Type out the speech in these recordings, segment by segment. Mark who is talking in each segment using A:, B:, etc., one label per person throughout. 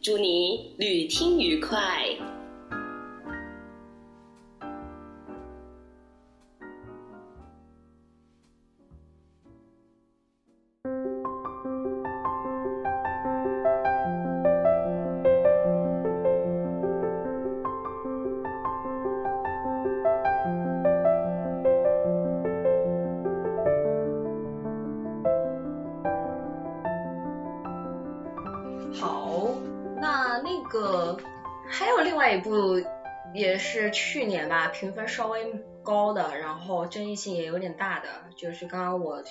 A: 祝你旅听愉快。
B: 好，那那个还有另外一部也是去年吧，评分稍微高的，然后争议性也有点大的，就是刚刚我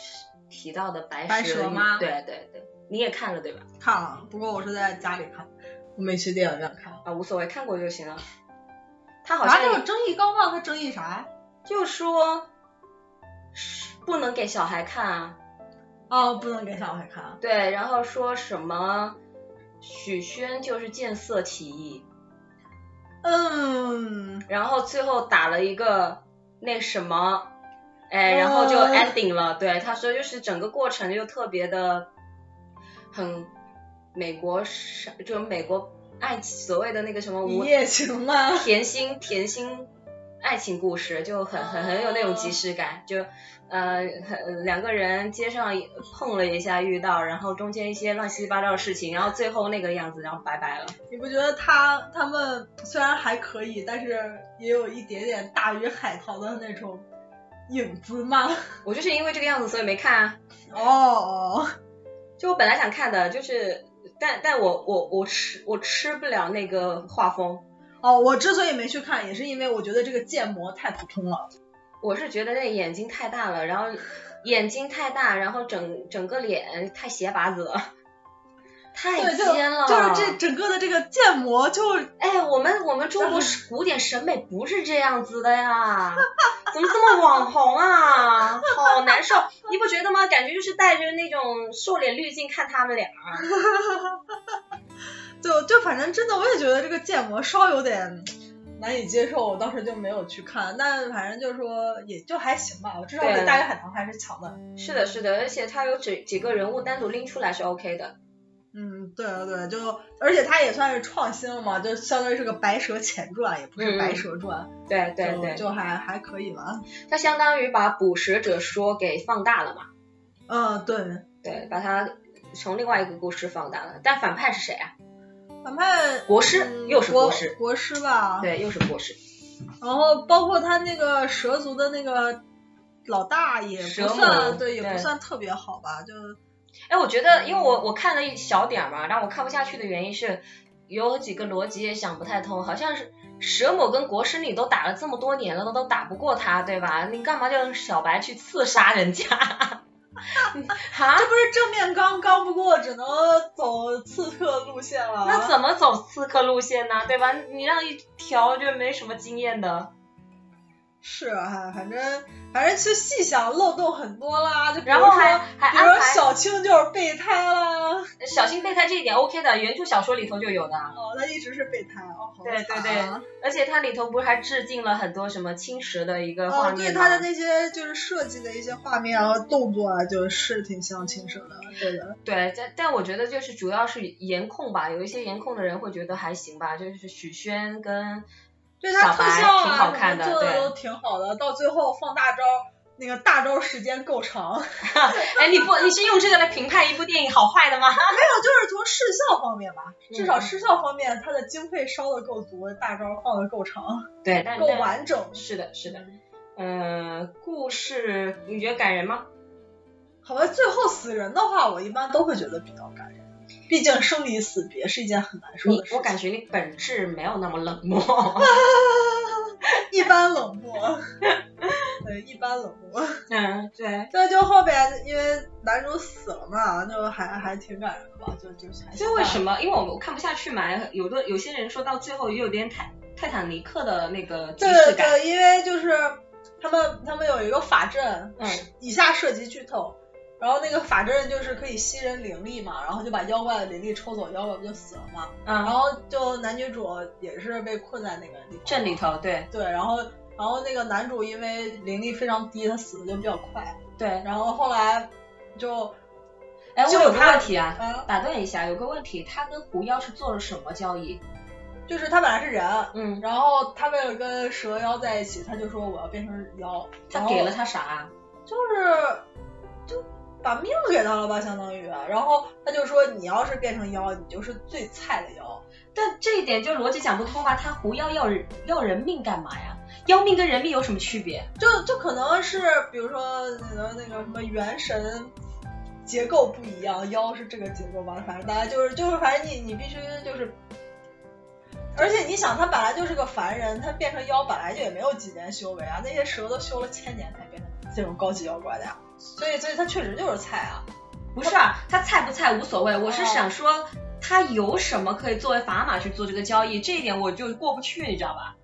B: 提到的白《
C: 白
B: 蛇
C: 蛇
B: 与
C: 吗
B: 对对对，你也看了对吧？
C: 看了，不过我是在家里看，我没去电影院看。
B: 啊，无所谓，看过就行了。他好
C: 反
B: 像
C: 正
B: 也
C: 这个争议高嘛，他争议啥？
B: 就说是不能给小孩看啊，
C: 哦，不能给小孩看。
B: 对，然后说什么许宣就是见色起意，
C: 嗯，
B: 然后最后打了一个那什么，哎，然后就
C: 呃
B: ending 了。对，他说就是整个过程就特别的很美国是，就美国爱情所谓的那个什么
C: 一
B: 无
C: 夜情吗？
B: 甜心甜心爱情故事，就很很很有那种即视感，就呃很两个人街上碰了一下遇到，然后中间一些乱七八糟的事情，然后最后那个样子，然后拜拜了。
C: 你不觉得他他们虽然还可以，但是也有一点点大鱼海棠的那种影子吗？
B: 我就是因为这个样子，所以没看啊。
C: 哦，
B: 就我本来想看的，就是但但我我我吃我吃不了那个画风，
C: 哦，我之所以没去看，也是因为我觉得这个建模太普通了。
B: 我是觉得那眼睛太大了，然后眼睛太大，然后整整个脸太斜拔子了，太
C: 对，就
B: 尖了。
C: 就是这整个的这个建模就
B: 哎，我们我们中国是古典审美不是这样子的呀，怎么这么网红啊？好难受，你不觉得吗？感觉就是带着那种瘦脸滤镜看他们俩。
C: 就就反正真的，我也觉得这个建模稍有点难以接受，我当时就没有去看。但反正就是说，也就还行吧。我至少
B: 对
C: 比大鱼海棠还是强的。
B: 是的，是的，而且他有几几个人物单独拎出来是 OK 的。
C: 嗯，对啊对啊，就而且它也算是创新了嘛，就相当于是个《白蛇前传》，也不
B: 嗯
C: 是《白蛇传》
B: 对对
C: 就
B: 对，
C: 就还还可以吧。
B: 它相当于把捕食者说给放大了嘛，
C: 嗯，对，
B: 对，把它从另外一个故事放大了。但反派是谁啊？
C: 反派
B: 国师
C: 嗯
B: 又是
C: 国
B: 国师
C: 国师吧？。
B: 对，又是博士，
C: 然后包括他那个蛇族的那个老大也
B: 蛇
C: 不
B: 母
C: 算，对，也
B: 对
C: 不算特别好吧，就
B: 哎，我觉得，因为我我看了一小点儿嘛，让我看不下去的原因是，有几个逻辑也想不太通，好像是蛇母跟国师你都打了这么多年了，都打不过他，对吧？你干嘛就让小白去刺杀人家？ 啊哈
C: 这，不是正面刚刚不过，只能走刺客路线了。
B: 那怎么走刺客路线呢？对吧？你让一条就没什么经验的。
C: 是啊，反正反正去细想，漏洞很多啦。就比如
B: 然后
C: 说，
B: 还还
C: 比如
B: 安
C: 说
B: 排
C: 小青就是备胎啦，
B: 小心备胎这一点 OK 的，原著小说里头就有的，
C: 哦，他一直是备胎哦。好
B: 对对
C: 惨
B: 对
C: 啊
B: 而且它里头不是还致敬了很多什么青石的一个画
C: 哦，对
B: 面吗？
C: 他的那些就是设计的一些画面啊、动作啊，就是挺像青蛇的。对的，
B: 对但但我觉得就是主要是颜控吧，有一些颜控的人会觉得还行吧，就是许宣跟
C: 对他
B: 小
C: 特
B: 白
C: 效啊
B: 挺好看
C: 什么
B: 的，
C: 做的都
B: 对。
C: 挺好的，到最后放大招，那个大招时间够长。
B: 哎，你不你是用这个来评判一部电影好坏的吗？
C: 就是从视效方面吧， 至少
B: 嗯
C: 视效方面，它的经费烧的够足，大招放的够长，
B: 嗯对，但
C: 够
B: 但
C: 完整，
B: 是的，是的。呃，故事你觉得感人吗？
C: 好吧，最后死人的话，我一般都会觉得比较感人。毕竟生离死别是一件很难说
B: 你
C: 的事情。
B: 我感觉你本质没有那么冷漠。
C: 一般冷漠，对，一般冷漠。
B: 嗯，对，
C: 对，就后边因为男主死了嘛，就还还挺感人的吧，就就还
B: 所以为什
C: 么？
B: 么？因为我我看不下去嘛，有的有些人说到最后也有点泰泰坦尼克的那个即
C: 对
B: 视感。
C: 对，因为就是他们他们有一个法阵，
B: 嗯
C: 以下涉及剧透。然后那个法阵就是可以吸人灵力嘛，然后就把妖怪的灵力抽走，妖怪不就死了嘛？然
B: 嗯，
C: 后就男女主也是被困在那个地方
B: 镇里头，对
C: 对，然后然后那个男主因为灵力非常低，他死的就比较快。
B: 对。
C: 然后后来就
B: 哎，我
C: 就
B: 有个
C: 他
B: 问题啊，
C: 啊，
B: 打断一下，有个问题，他跟狐妖是做了什么交易？
C: 就是他本来是人，
B: 嗯，
C: 然后他为了跟蛇妖在一起，他就说我要变成妖。
B: 他
C: 然后
B: 给了他啥？啊
C: 就是就把命给他了吧，相当于。然后他就说你要是变成妖，你就是最菜的妖。
B: 但这一点就逻辑讲不通吧？他狐妖要人要人命干嘛呀？妖命跟人命有什么区别？
C: 就就可能是比如说那个那个什么元神结构不一样，妖是这个结构吧，反正大家就是就是反正你你必须就是。而且你想，他本来就是个凡人，他变成妖本来就也没有几年修为啊，那些蛇都修了千年才变成这种高级妖怪的呀，所以所以他确实就是菜啊。
B: 不是啊，他菜不菜无所谓，我是
C: 哦
B: 想说他有什么可以作为砝码去做这个交易，这一点我就过不去，你知道吧？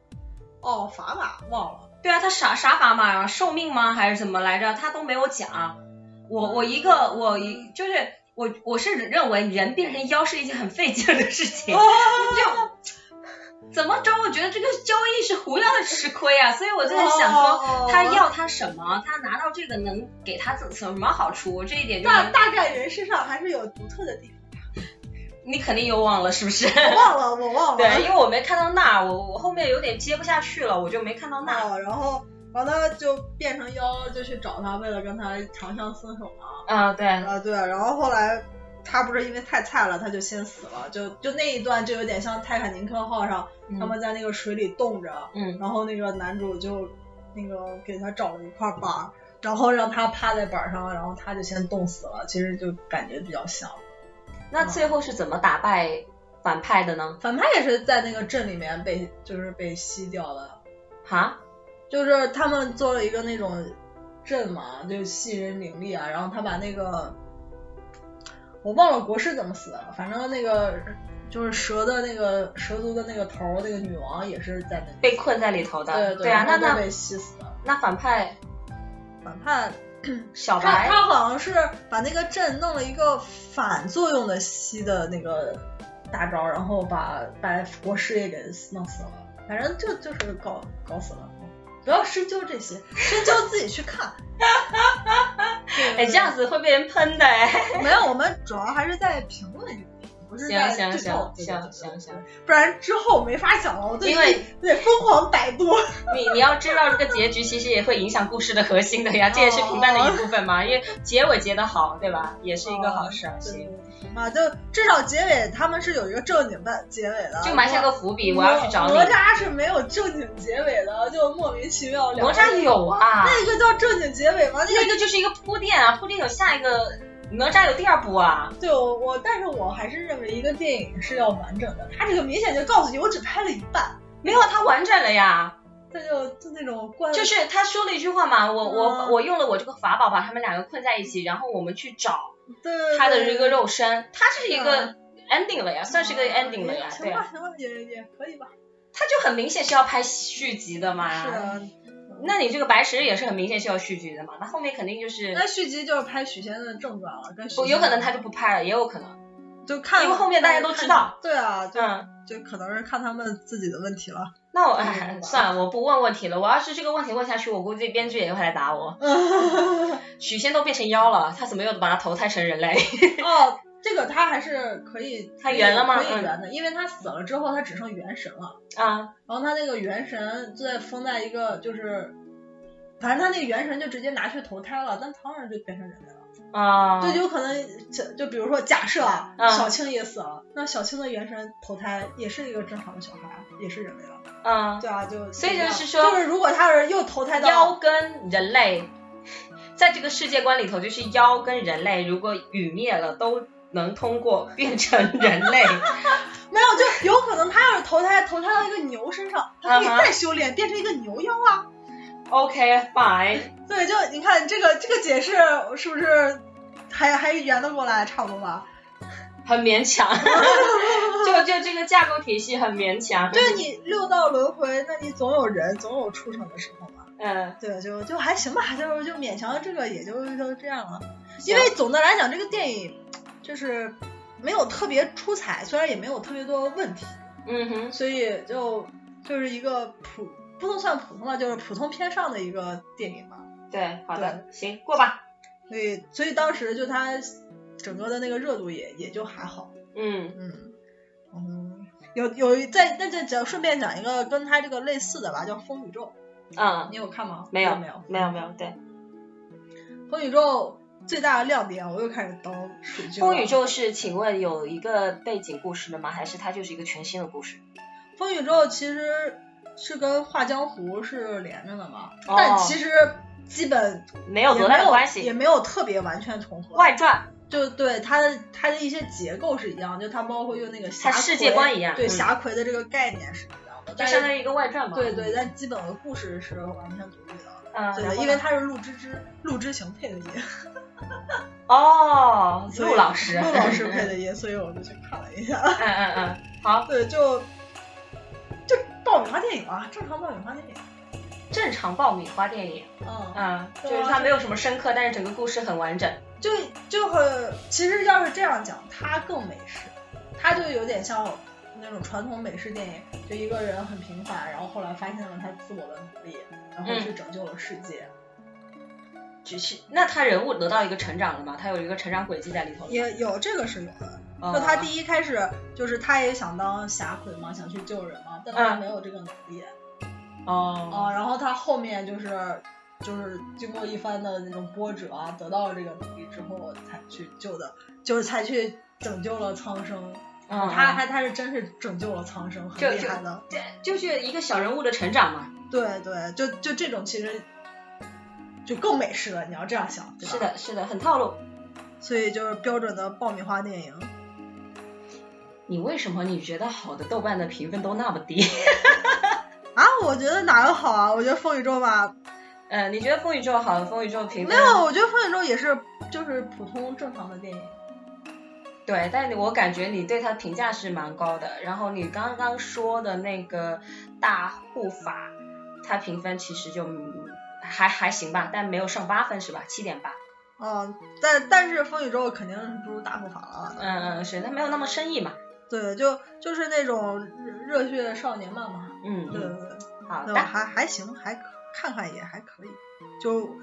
C: 哦，砝码忘了，
B: 对啊，他啥啥砝码啊？寿命吗？还是怎么来着？他都没有讲。我我一个我一就是我我是认为人变成妖是一件很费劲的事情，
C: 哦
B: 就怎么着？我觉得这个交易是狐妖的吃亏啊，所以我就在想说。
C: 哦
B: 他要他什么？他拿到这个能给他怎什么好处？这一点就
C: 大
B: 是
C: 大概人身上还是有独特的地方，
B: 你肯定又忘了是不是？
C: 我忘了，我忘了。
B: 对，因为我没看到那儿，我我后面有点接不下去了，我就没看到那儿。
C: 哦，然后然后他就变成妖，就去找他，为了跟他长相厮守嘛。
B: 啊，对，
C: 啊，对，然后后来他不是因为太菜了，他就先死了，就就那一段就有点像泰坦尼克号上
B: 嗯
C: 他们在那个水里冻着，
B: 嗯
C: 然后那个男主就那个给他找了一块板儿，然后让他趴在板儿上，然后他就先冻死了，其实就感觉比较像。
B: 那最后是怎么打败反派的呢？
C: 反派也是在那个镇里面被就是被吸掉的，
B: 哈，
C: 就是他们做了一个那种阵嘛，就吸人灵力啊，然后他把那个我忘了国师怎么死的，反正那个就是蛇的那个蛇族的那个头儿那个女王也是在那
B: 被困在里头的。
C: 对
B: 啊，那
C: 然后就
B: 那
C: 被吸死了。
B: 那反派
C: 反派
B: 小
C: 他
B: 白，
C: 他好像是把那个阵弄了一个反作用的吸的那个大招，然后把把国师也给弄死了，反正就就是搞搞死了。不要深究这些，深究自己 去看。
B: 哎，这样子会被人喷的哎。
C: 没有，我们主要还是在评论里，不是
B: 行
C: 在
B: 行
C: 剧透
B: 行行，
C: 对对对
B: 行行，
C: 对不然之后没法讲了。我对
B: 因为
C: 自己得疯狂百度。
B: 你你要知道这个结局其实也会影响故事的核心的呀，这也是平淡的一部分嘛，因为结尾结得好，对吧？也是一个好事儿。
C: 对
B: 行，
C: 啊，就至少结尾他们是有一个正经的结尾的，
B: 就埋下个伏笔，我要去找你
C: 哪。吒是没有正经结尾的，就莫名其妙。
B: 哪吒有啊，
C: 那个叫正经结尾吗？那
B: 那
C: 个
B: 个就是一个铺垫啊，铺垫有下一个哪吒有第二部啊。
C: 对我我，但是我还是认为一个电影是要完整的，它这个明显就告诉你我只拍了一半，
B: 没有，它完整了呀，
C: 这就就那种关
B: 就是他说了一句话嘛，我我
C: 嗯
B: 我用了我这个法宝把他们两个困在一起，然后我们去找
C: 对
B: 他的
C: 对
B: 这个肉身，它是一个
C: 嗯
B: ending 了呀，算是个 ending 了呀，
C: 行
B: 对，
C: 吧行吧，也也可以吧。
B: 它就很明显是要拍续集的嘛。
C: 是啊，
B: 那你这个白蛇也是很明显是要续集的嘛，那后面肯定就是
C: 那续集就是拍许仙的正传了，跟许
B: 不
C: 仙
B: 有可能他就不拍了，也有可能，
C: 就看，
B: 因为后面大家都知道。
C: 对啊，就、
B: 嗯。
C: 就可能是看他们自己的问题了。
B: 那我
C: 这
B: 哎
C: 种吧
B: 算了，我不问问题了。我要是这个问题问下去，我估计编剧也会来打我。许仙都变成妖了，他怎么又把他投胎成人类？
C: 哦，这个他还是可以，
B: 他圆了吗
C: 可以可
B: 嗯
C: 以圆的，因为他死了之后，他只剩元神了。
B: 啊，
C: 然后他那个元神就在封在一个就是，反正他那个元神就直接拿去投胎了，但当然就变成人类了。
B: 啊，
C: 就有可能就就比如说假设啊，
B: 嗯
C: 小青也死了，那小青的元神投胎也是一个正常的小孩，也是人类了。
B: 啊，
C: 对啊，就
B: 所以
C: 一
B: 就
C: 样
B: 是说
C: 就是如果他是又投胎到
B: 妖跟人类，在这个世界观里头，就是妖跟人类如果陨灭了，都能通过变成人 类。
C: 没有，就有可能他要是投胎，投胎到一个牛身上，他可以
B: 啊哈
C: 再修炼，变成一个牛妖啊。
B: OK fine，
C: 对，就你看这个这个解释是不是还还圆得过来，差不多吧？
B: 很勉强， 就就这个架构体系很勉强。
C: 对你六道轮回，那你总有人总有出生的时候嘛。
B: 嗯，
C: 对，就就还行吧，就是就勉强这个也就就这样了。
B: 行
C: 因为总的来讲，这个电影就是没有特别出彩，虽然也没有特别多的问题，
B: 嗯哼，
C: 所以就就是一个普不能算普通了，就是普通偏上的一个电影吧。
B: 对，好的，行，过吧。
C: 所以所以当时就它整个的那个热度也也就还好。
B: 嗯
C: 嗯，嗯，有有一再那就讲顺便讲一个跟它这个类似的吧，叫《风宇宙》，
B: 嗯，
C: 你有看吗？
B: 没有
C: 没有
B: 没有没有，对，
C: 《风宇宙》最大的亮点，我又开始当水军。
B: 风宇，宙是请问有一个背景故事的吗？还是它就是一个全新的故事？
C: 风宇宙其实是跟《画江湖》是连着的嘛，
B: 哦
C: 但其实基本
B: 没
C: 也
B: 有多大
C: 没
B: 的
C: 有
B: 关系
C: 也。没有特别完全重合。
B: 哦外传，
C: 就对它的它的一些结构是一样，就它包括用那个
B: 它
C: 侠
B: 世
C: 魁
B: 界观一样
C: 对
B: 嗯
C: 侠魁的这个概念是一样的，
B: 就
C: 但
B: 相
C: 是
B: 当于一个外传嘛。
C: 对对，但基本的故事是完全独立的。
B: 嗯，
C: 对
B: 然
C: 的，
B: 后
C: 因为
B: 呢
C: 他是陆之之陆之行配的 音，
B: 哦，
C: 所以
B: 陆老师，
C: 陆老师配的音，所以我就去看了一下。
B: 嗯嗯嗯，好，
C: 对，就就爆米花电影啊，正常爆米花电影。
B: 正常爆米花电影，
C: 嗯，
B: 嗯，就是它没有什么深刻，但是整个故事很完整。
C: 就就很，其实要是这样讲，它更美式，它就有点像那种传统美式电影，就一个人很平凡，然后后来发现了他自我的努力，然后去拯救了世界。
B: 只是那他人物得到一个成长了吗？他有一个成长轨迹在里头了吗。
C: 也有这个是有的，
B: 哦
C: 就他第一开始就是他也想当侠魁嘛，想去救人嘛，但他没有这个能力。
B: 哦，
C: 啊、然后他后面就是就是经过一番的那种波折啊，得到了这个能力之后才去救的，就是才去拯救了苍生。
B: 嗯
C: 他他他是真是拯救了苍生，
B: 就
C: 很厉害的。
B: 这就是一个小人物的成长嘛。
C: 对对，就就这种其实就更美式了，你要这样想，对吧？
B: 是。的，是的，很套路。
C: 所以就是标准的爆米花电影。
B: 你为什么你觉得好的豆瓣的评分都那么低？
C: 啊，我觉得哪个好啊？我觉得《风雨咒》吧，
B: 呃，你觉得《风宇宙》好，《风宇宙》评
C: 没
B: 分
C: 有，我觉得《风雨咒》也是就是普通正常的电影。
B: 对，但我感觉你对他评价是蛮高的。然后你刚刚说的那个大护法，他评分其实就嗯还还行吧，但没有上八分是吧？七点八，
C: 嗯，但但是《风雨咒》肯定是不如大护法了。
B: 嗯嗯是，他没有那么生硬嘛。
C: 对，就就是那种热热血少年漫嘛。
B: 嗯
C: 对
B: 嗯，
C: 对对，
B: 好的
C: 那我，还还行，还可看看也还可以。就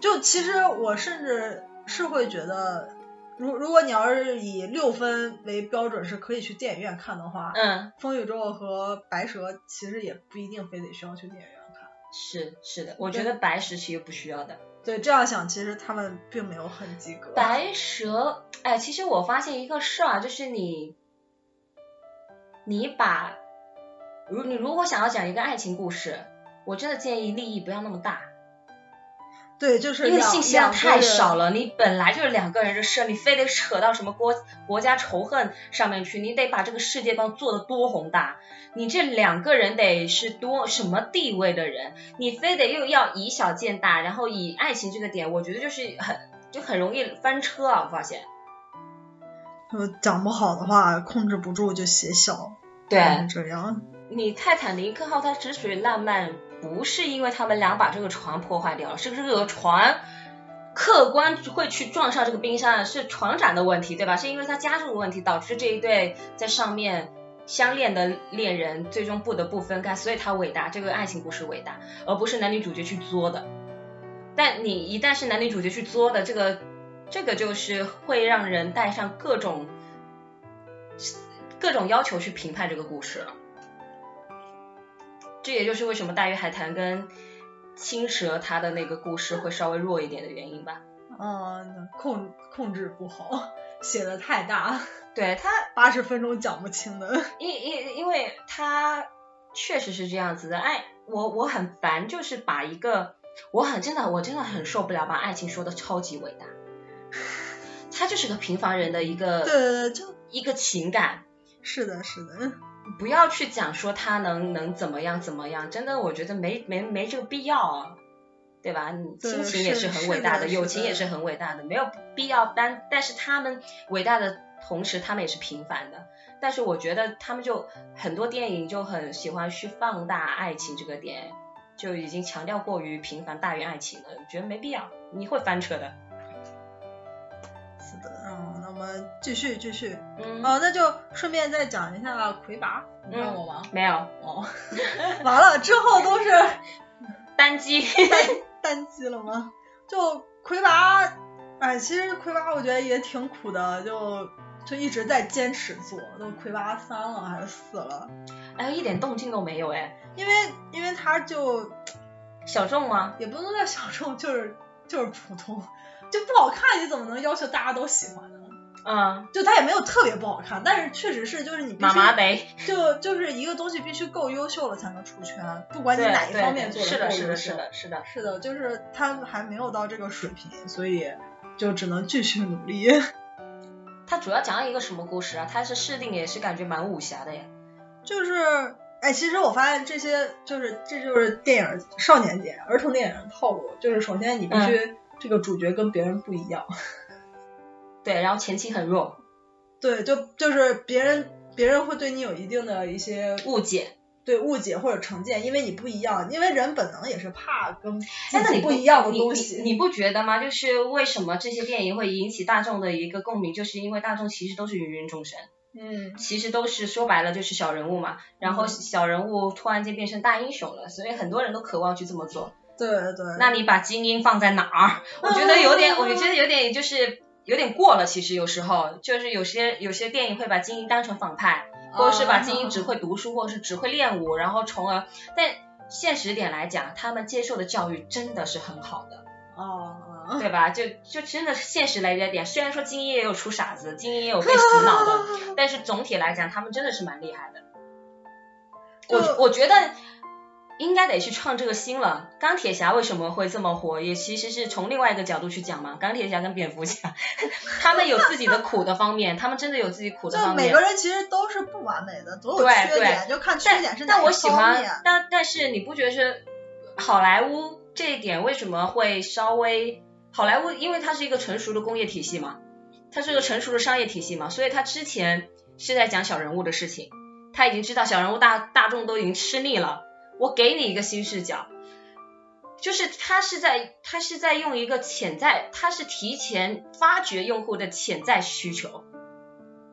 C: 就其实我甚至是会觉得，如如果你要是以六分为标准是可以去电影院看的话，
B: 嗯
C: 风雨咒》和《白蛇》其实也不一定非得需要去电影院看。
B: 是是的，我觉得白石其实不需要的。
C: 对，这样想其实他们并没有很及格。
B: 白蛇，哎，其实我发现一个事儿啊，就是你，你把，如你如果想要讲一个爱情故事，我真的建议立意不要那么大，
C: 对，就是
B: 因为
C: 两
B: 信息量太少。
C: 两个人
B: 了。你本来就是两个人的事，你非得扯到什么国国家仇恨上面去，你得把这个世界观做得多宏大。你这两个人得是多什么地位的人，你非得又要以小见大，然后以爱情这个点，我觉得就是很就很容易翻车啊！我发现。
C: 就讲不好的话，控制不住就写小，
B: 对
C: 这样。
B: 你泰坦尼克号它之所以浪漫，不是因为他们俩把这个船破坏掉了，是这个船客观会去撞上这个冰山，是船长的问题，对吧？是因为它加速的问题导致这一对在上面相恋的恋人最终不得不分开，所以它伟大，这个爱情故事伟大，而不是男女主角去作的。但你一旦是男女主角去作的，这个这个就是会让人带上各种各种要求去评判这个故事了。这也就是为什么《大鱼海棠》跟《青蛇》它的那个故事会稍微弱一点的原因吧。
C: 嗯，控控制不好，写的太大，
B: 对它，
C: 八十分钟讲不清的。
B: 因因因为它确实是这样子的。爱我我很烦，就是把一 个我很真的我真的很受不了把爱情说的超级伟大。他就是个平凡人的一个
C: 对对对，就
B: 一个情感，
C: 是的，是的，嗯
B: 不要去讲说他能能怎么样怎么样，真的我觉得没没没这个必要啊，对吧？
C: 对
B: 亲情也
C: 是
B: 很
C: 是
B: 伟大
C: 的是
B: 友情
C: 的
B: 也是很伟大的，没有必要。但但是他们伟大的同时，他们也是平凡的。但是我觉得他们就很多电影就很喜欢去放大爱情这个点，就已经强调过于平凡大于爱情了，我觉得没必要，你会翻车的。
C: 是的，嗯，那么继续继续，
B: 嗯，
C: 哦，那就顺便再讲一下魁拔，你看过吗？
B: 没有
C: 哦，完了之后都是
B: 单机，
C: 单机了吗？就魁拔，哎，其实魁拔我觉得也挺苦的，就就一直在坚持做，都魁拔三了还是四了？
B: 哎，一点动静都没有哎，
C: 因为因为他就
B: 小众吗？
C: 也不能叫小众，就是就是普通，就不好看，你怎么能要求大家都喜欢呢？
B: 嗯，
C: 就它也没有特别不好看，但是确实是就是你必须
B: 妈妈呗。
C: 就就是一个东西必须够优秀了才能出圈，不管你
B: 对
C: 哪一
B: 对
C: 方
B: 对
C: 面做
B: 是
C: 得
B: 的，
C: 够
B: 是
C: 优
B: 的，是
C: 秀。
B: 的，是的。
C: 是的，就是他还没有到这个水平，所以就只能继续努力。
B: 它主要讲了一个什么故事啊？它是设定也是感觉蛮武侠的耶。
C: 就是，哎，其实我发现这些就是这就是电影少年节儿童电影的套路，就是首先你
B: 嗯
C: 必须、这个主角跟别人不一样，
B: 对，然后前期很弱，
C: 对，就就是别人别人会对你有一定的一些
B: 误解。
C: 对误解或者成见，因为你不一样，因为人本能也是怕跟
B: 哎，
C: 自
B: 那
C: 己
B: 你
C: 不一样的
B: 你
C: 东
B: 你
C: 西。
B: 你不觉得吗？就是为什么这些电影会引起大众的一个共鸣，就是因为大众其实都是芸芸众生，
C: 嗯，
B: 其实都是说白了就是小人物嘛。然后
C: 嗯
B: 小人物突然间变成大英雄了，所以很多人都渴望去这么做。
C: 对对。
B: 那你把精英放在哪儿？我觉得有点，我觉得有点就是有点过了。其实有时候就是有些有些电影会把精英当成反派。或者是
C: 啊
B: 把精英只会读书，或者是只会练武，然后从而，但现实点来讲，他们接受的教育真的是很好的，
C: 哦，
B: 对吧？就就真的是现实来讲点，虽然说精英也有出傻子，精英也有被洗脑
C: 啊
B: 的，但是总体来讲，他们真的是蛮厉害的。
C: 就
B: 我我觉得应该得去创这个新了。钢铁侠为什么会这么火，也其实是从另外一个角度去讲嘛。钢铁侠跟蝙蝠侠， 他们有自己的苦的方面，他们真的有自己苦的
C: 就
B: 方面。
C: 每个人其实都是不完美的，总有
B: 对
C: 缺点，就看缺点是哪
B: 但
C: 一
B: 我喜
C: 方
B: 欢
C: 面，啊
B: 但但是你不觉得是好莱坞这一点为什么会稍微好莱坞？因为它是一个成熟的工业体系嘛，它是一个成熟的商业体系嘛，所以它之前是在讲小人物的事情，他已经知道小人物大大众都已经吃腻了，我给你一个新视角。就是他是在他是在用一个潜在，他是提前发掘用户的潜在需求，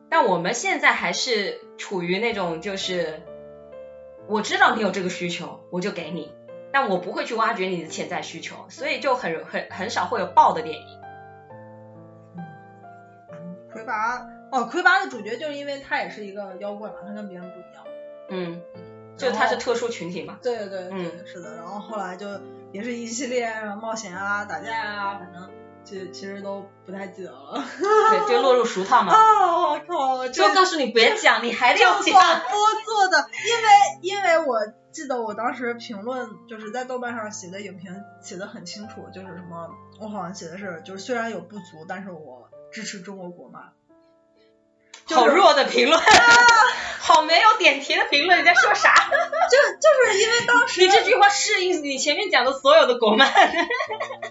B: 但我们现在还是处于那种就是，我知道你有这个需求，我就给你，但我不会去挖掘你的潜在需求，所以就很很很少会有爆的电影。
C: 魁拔哦，魁拔的主角就是因为他也是一个妖怪嘛，他跟别人不一样。
B: 嗯，就它
C: 哦
B: 是特殊群体嘛。
C: 对对对，
B: 嗯
C: 是的。然后后来就也是一系列冒险啊、打架啊，反正其实其实都不太记得了。
B: 对，就落入俗套嘛。
C: 啊，我靠！
B: 就
C: 这
B: 告诉你别讲，你还得
C: 这
B: 要
C: 广
B: 讲。
C: 播做的，因为因为我记得我当时评论就是在豆瓣上写的影评写的很清楚，就是什么我好像写的是就是虽然有不足，但是我支持中国国骂。就是
B: 好弱的评 论，好没有点题的评论，你在说啥？
C: 就 就是因为当时
B: 你这句话适应你前面讲的所有的国 漫。
C: 对，啊就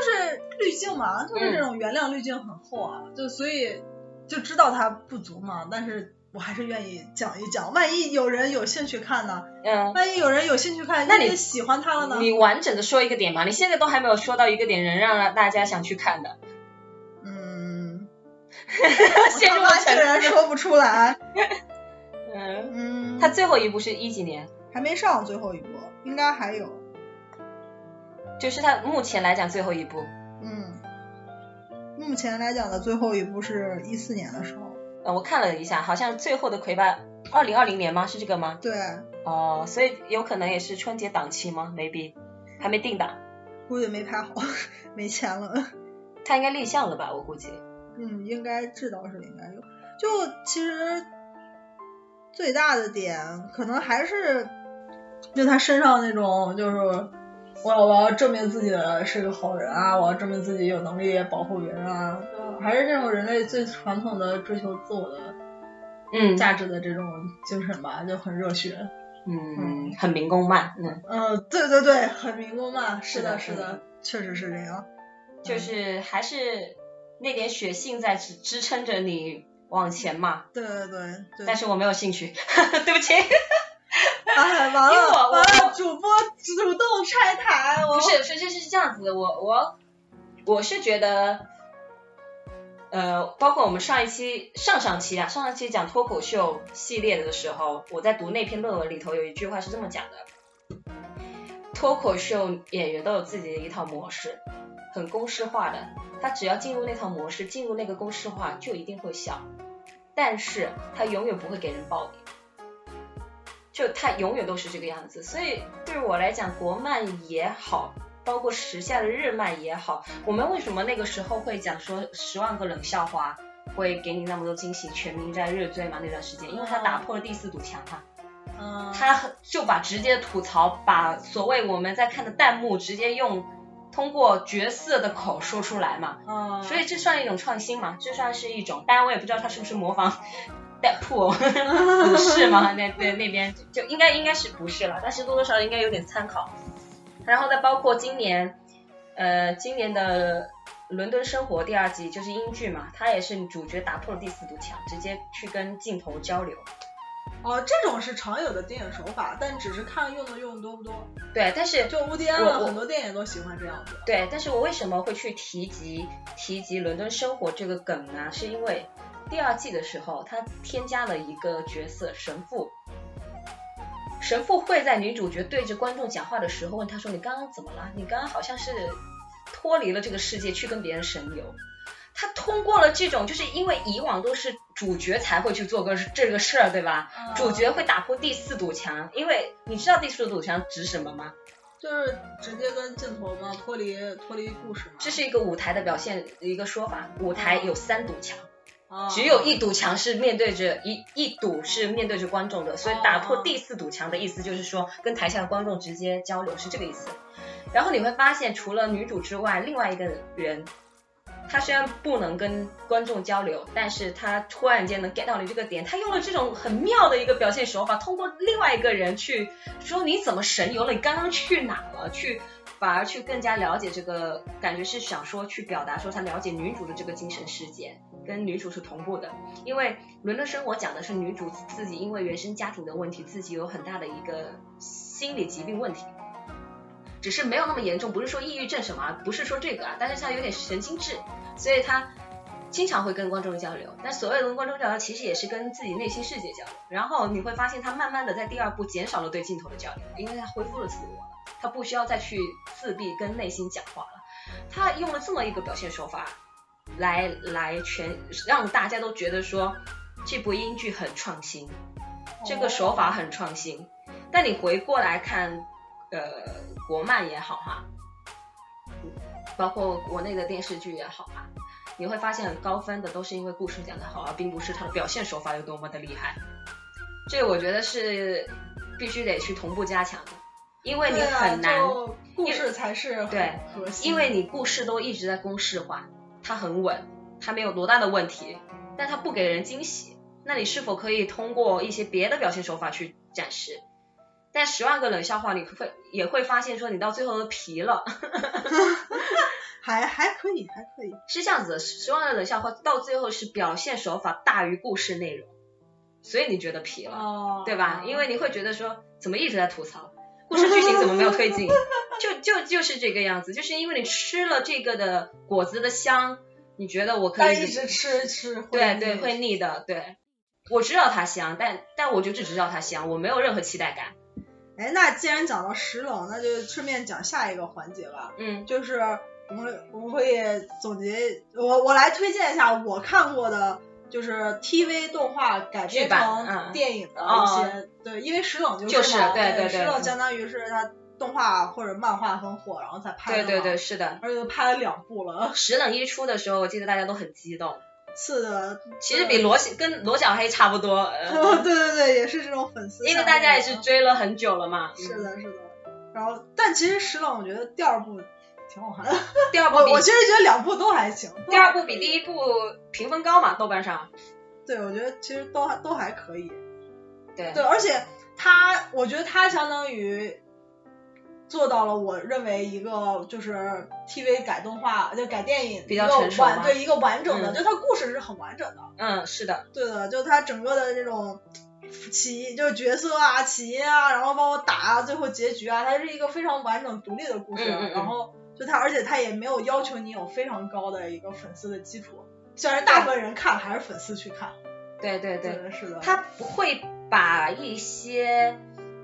C: 是滤镜嘛，就是
B: 嗯
C: 这种原谅滤镜很厚啊，就所以就知道它不足嘛，但是我还是愿意讲一讲，万一有人有兴趣看呢？
B: 嗯，
C: 万一有人有兴趣看，
B: 那你
C: 就喜欢它了呢？
B: 你 完整的说一个点吧，你现在都还没有说到一个点，能让大家想去看的。
C: 嗯，
B: 陷入
C: 我
B: 了
C: 他妈
B: 沉
C: 竟然
B: 思。
C: 说不 出来，
B: 嗯，
C: 嗯，
B: 他最后一部是一几年？
C: 还没上最后一部，应该还有，
B: 就是他目前来讲最后一部。
C: 嗯，目前来讲的最后一部是一四年的时候，
B: 呃，我看了一下，好像最后的魁拔二零二零年吗？是这个吗？
C: 对，
B: 哦、所以有可能也是春节档期吗？maybe 还没定档，
C: 估计没拍好， 没钱了。
B: 他应该立项了吧？我估计。
C: 嗯，应该这倒是应该有。就其实最大的点，可能还是就他身上那种就是我要我要证明自己是个好人啊，我要证明自己有能力保护别人啊，还是这种人类最传统的追求自我的
B: 嗯
C: 价值的这种精神吧，就很热血。
B: 嗯，很民工漫，嗯，
C: 嗯，对对对，很民工嘛，是的，
B: 是
C: 是
B: 的
C: 的，确实是这样。
B: 就是还是那点血性在支支撑着你往前嘛。
C: 对对对对，
B: 但是我没有兴趣， 对不起，
C: 哎，完
B: 因为我
C: 了
B: 我
C: 完了，主播主动拆台，我
B: 不是，是是是这样子的，我我我是觉得，呃，包括我们上一期、上上期啊，上上期讲脱口秀系列的时候，我在读那篇论文里头有一句话是这么讲的：脱口秀演员都有自己的一套模式，很公式化的，他只要进入那套模式，进入那个公式化，就一定会笑，但是他永远不会给人爆点。就他永远都是这个样子，所以对我来讲，国漫也好，包括时下的日漫也好，我们为什么那个时候会讲说十万个冷笑话会给你那么多惊喜？全民在热追嘛那段时间，因为他打破了第四堵墙啊，
C: 嗯，
B: 他很就把直接吐槽，把所谓我们在看的弹幕直接用通过角色的口说出来嘛，
C: 嗯，
B: 所以这算一种创新嘛？这算是一种，当然我也不知道他是不是模仿 Deadpool
C: 嗯
B: 不是吗？那那那边就应该应该是不是了，但是多多少少应该有点参考。然后再包括今年，呃，今年的《伦敦生活》第二季就是英剧嘛，它也是主角打破了第四堵墙，直接去跟镜头交流。
C: 哦，这种是常有的电影手法，但只是看用的用的多不多。
B: 对，但是
C: 就乌迪安
B: 我
C: 的
B: 我
C: 很多电影都喜欢这样子。
B: 对，但是我为什么会去提及提及伦敦生活这个梗呢？是因为第二季的时候，他添加了一个角色神父。神父会在女主角对着观众讲话的时候问她说：“你刚刚怎么了？你刚刚好像是脱离了这个世界，去跟别人神游。”他通过了这种，就是因为以往都是主角才会去做个这个事儿，对吧？
C: 嗯
B: 主角会打破第四堵墙，因为你知道第四堵墙指什么吗？
C: 就是直接跟镜头嘛，脱离脱离故事嘛。
B: 这是一个舞台的表现一个说法，舞台有三堵墙，
C: 啊
B: 只有一堵墙是面对着一一堵是面对着观众的，所以打破第四堵墙的意思就是说跟台下的观众直接交流是这个意思。然后你会发现，除了女主之外，另外一个人，他虽然不能跟观众交流，但是他突然间能 get 到你这个点，他用了这种很妙的一个表现手法，通过另外一个人去说你怎么神游了，你刚刚去哪了，去反而去更加了解这个，感觉是想说去表达说他了解女主的这个精神世界，跟女主是同步的，因为《伦敦生活》讲的是女主自己因为原生家庭的问题，自己有很大的一个心理疾病问题。只是没有那么严重，不是说抑郁症什么啊，不是说这个啊，但是他有点神经质，所以他经常会跟观众交流。但所谓的跟观众交流，其实也是跟自己内心世界交流。然后你会发现，他慢慢的在第二部减少了对镜头的交流，因为他恢复了自我了，他不需要再去自闭跟内心讲话了。他用了这么一个表现手法，来来全让大家都觉得说这部英剧很创新，这个手法很创新。但你回过来看，呃，国漫也好哈，包括国内的电视剧也好啊，你会发现很高分的都是因为故事讲得好，而并不是它的表现手法有多么的厉害。这我觉得是必须得去同步加强的，因为你
C: 对啊
B: 很难，
C: 就故事才是
B: 对
C: 核心，
B: 因为你故事都一直在公式化，它很稳，它没有多大的问题，但它不给人惊喜。那你是否可以通过一些别的表现手法去展示？但十万个冷笑话，你会也会发现说你到最后都疲了，
C: 还还可以，还可以。
B: 是这样子的。十万个冷笑话到最后是表现手法大于故事内容，所以你觉得疲了。
C: 哦
B: 对吧？因为你会觉得说，怎么一直在吐槽，故事剧情怎么没有推进？就就就是这个样子，就是因为你吃了这个的果子的香，你觉得我可
C: 但
B: 以
C: 一直吃吃会
B: 对对
C: 腻
B: 会腻的，对。我知道它香，但但我就只知道它香，我没有任何期待感。
C: 哎，那既然讲到石冷，那就顺便讲下一个环节吧，
B: 嗯
C: 就是我们我们会总结，我我来推荐一下我看过的，就是 TV 动画改
B: 剧
C: 编
B: 版嗯
C: 成电影的
B: 哦
C: 一些，对，因为石冷就
B: 就是是
C: 嘛
B: 对对对
C: 石冷相当于是他动画或者漫画很火，然后才拍的
B: 对
C: 嘛，
B: 对对，，是的。
C: 而且拍了两部了，
B: 石冷一出的时候，我记得大家都很激动，
C: 是的，
B: 其实比罗小跟罗小黑差不多，呃
C: 对对对，也是这种粉丝向的，
B: 因为大家也是追了很久了嘛。嗯
C: 是的，是的。然后，但其实石冷我觉得第二部挺好看的，
B: 第二部
C: 我
B: 比
C: 我其实觉得两部都还行，都
B: 第二部比第一部评分高嘛，豆瓣上。
C: 对我觉得其实都还都还可以，
B: 对
C: 对，而且他，我觉得他相当于做到了我认为一个就是 TV 改动画就改电影
B: 比较
C: 一个
B: 成熟
C: 完
B: 嘛
C: 对一个完整的，
B: 嗯
C: 就它故事是很完整的，
B: 嗯，是的，
C: 对的，就它整个的这种起因就是角色啊、起因啊，然后包括打啊，最后结局啊，它是一个非常完整独立的故事，
B: 嗯嗯嗯
C: 然后就它，而且它也没有要求你有非常高的一个粉丝的基础。虽然大部分人看还是粉丝去看，
B: 对对对，
C: 的是的，
B: 他不会把一些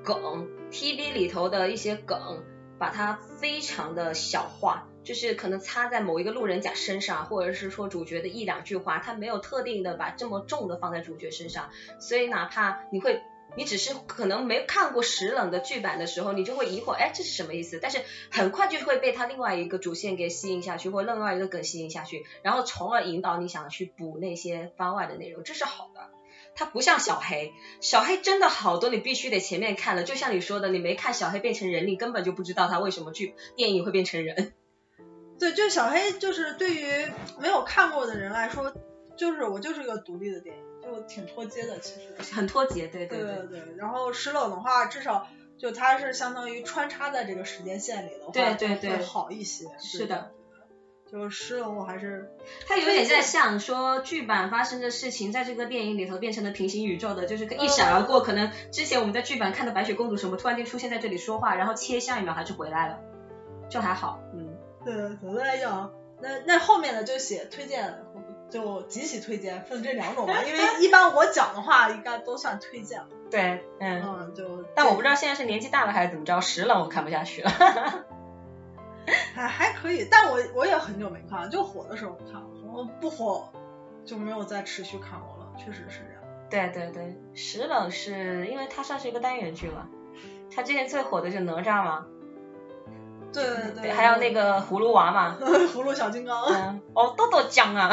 B: 梗 TV 里头的一些梗，把它非常的小化，就是可能擦在某一个路人甲身上，或者是说主角的一两句话，他没有特定的把这么重的放在主角身上，所以哪怕你会。你只是可能没看过石冷的剧版的时候，你就会疑惑，哎，这是什么意思？但是很快就会被他另外一个主线给吸引下去，或另外一个梗吸引下去，然后从而引导你想去补那些番外的内容，这是好的。它不像小黑，小黑真的好多你必须得前面看了，就像你说的，你没看小黑变成人，你根本就不知道他为什么去电影会变成人。
C: 对，就是小黑，就是对于没有看过的人来说，就是我就是个独立的电影，就挺脱节的，其实。
B: 很脱节，对
C: 对
B: 对
C: 对对，然后石冷的话，至少就它是相当于穿插在这个时间线里的话，
B: 对对
C: 就
B: 对
C: 会好一些。
B: 是的
C: 对，就是石冷我还是
B: 它有点在像说剧版发生的事情，在这个电影里头变成了平行宇宙的，就是一闪而过。可能之前我们在剧版看到白雪公主什么，突然间出现在这里说话，然后切下一秒还是回来了，就还好，嗯。
C: 对总的来讲，那那后面的就写推荐，就极其推荐，分这两种吧，因为一般我讲的话应该都算推荐了。
B: 对，嗯，
C: 嗯，就
B: 但我不知道现在是年纪大了还是怎么着，石冷我看不下去了。
C: 还哎还可以，但我我也很久没看了，就火的时候看了，我不火就没有再持续看过了，确实是这样。
B: 对对对，石冷是因为它算是一个单元剧嘛，它之前最火的就是哪吒嘛，
C: 对对对，
B: 还有那个葫芦娃嘛，
C: 葫芦小金刚，
B: 嗯，哦，豆豆酱 啊，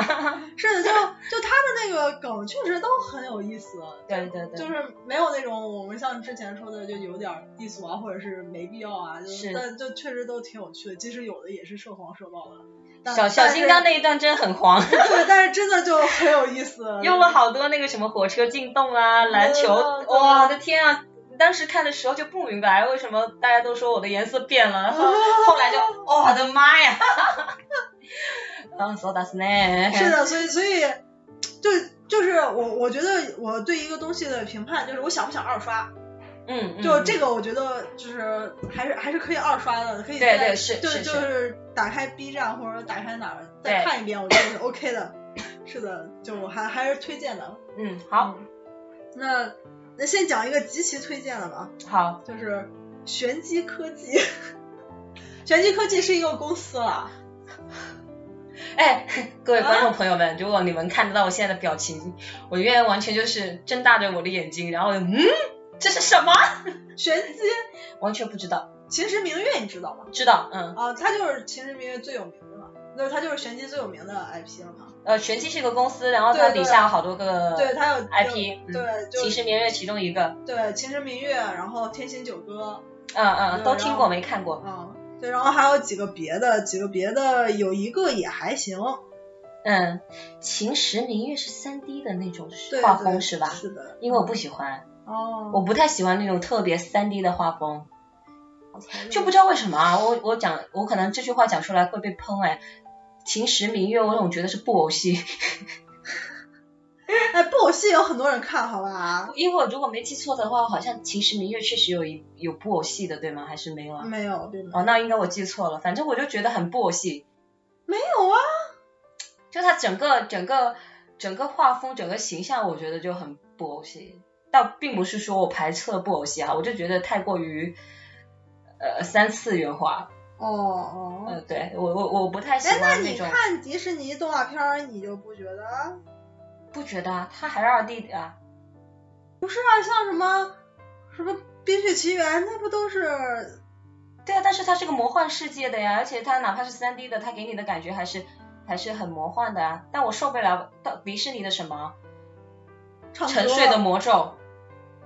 C: 是的，就就他的那个梗确实都很有意思，
B: 对对对，
C: 就是没有那种我们像之前说的就有点低俗啊，或者是没必要啊，就是但就确实都挺有趣的，即使有的也是涉黄涉暴的。但
B: 小小金刚，那一段真很黄，
C: 但是对，但是真的就很有意 思，
B: 用了好多那个什么火车进洞啊，篮球，
C: 嗯
B: 哇，我的天啊！当时看的时候就不明白为什么大家都说我的颜色变 了，然后后来就，哦我的妈呀！ 嗯，そうですね。
C: 是的，所以所以就就是我我觉得我对一个东西的评判就是我想不想二刷，
B: 嗯，嗯，
C: 就
B: 嗯
C: 这个我觉得就是还是还是可以二刷的，可以
B: 对
C: 再
B: 对是
C: 就是就是打开 B 站或者打开哪儿
B: 对
C: 再看一遍，我觉得是 OK 的。是的，就我还还是推荐的。
B: 嗯，好，
C: 嗯那那先讲一个极其推荐的吧，
B: 好，
C: 就是玄机科技。 玄机科技是一个公司了，
B: 哎，各
C: 啊
B: 位观众朋友们，如果你们看得到我现在的表情，我现在完全就是睁大着我的眼睛，然后嗯，这是什么？
C: 玄机
B: 完全不知道，
C: 秦时明月你知道吗？
B: 知道，嗯，
C: 啊，它就是秦时明月最有名的嘛，就是它就是玄机最有名的 IP 了嘛。
B: 呃，玄机是一个公司，然后它
C: 对
B: 底
C: 对
B: 下有好多个
C: 对，它有
B: IP，
C: 就对，就
B: 秦时明月嗯其中一个，
C: 对秦时明月，然后天行九歌，
B: 嗯嗯，
C: 对
B: 都听
C: 然
B: 过
C: 后
B: 没看过，
C: 嗯，对，然后还有几个别的，几个别的有一个也还行，
B: 嗯，秦时明月是三 D 的那种
C: 对，
B: 画
C: 对
B: 风是吧？
C: 是的，
B: 因为我不喜欢，
C: 哦，
B: 我不太喜欢那种特别三 D 的画风，
C: 好残忍
B: 就不知道为什么啊，我我讲我可能这句话讲出来会被喷哎。秦时明月，我总觉得是布偶戏，
C: 哎，布偶戏有很多人看，好吧？
B: 因为我如果没记错的话，好像秦时明月确实有一有布偶戏的，对吗？还是没有啊？
C: 没有，对吗？
B: 哦，那应该我记错了，反正我就觉得很布偶戏，
C: 没有啊，
B: 就它整个整个整个画风、整个形象，我觉得就很布偶戏。倒并不是说我排斥布偶戏啊，我就觉得太过于呃三次元化。
C: 哦哦。
B: 呃，对我我我不太喜
C: 哎，那
B: 欢
C: 你
B: 种，
C: 看迪士尼动画片儿，你就不觉得？
B: 不觉得啊，它还是二 D 的啊。
C: 那像什么什么《冰雪奇缘》，那不都是
B: 对啊，但是它是个魔幻世界的呀，而且它哪怕是三 D 的，它给你的感觉还是还是很魔幻的啊。但我受不了到迪士尼的什么
C: 唱歌
B: 沉睡的魔咒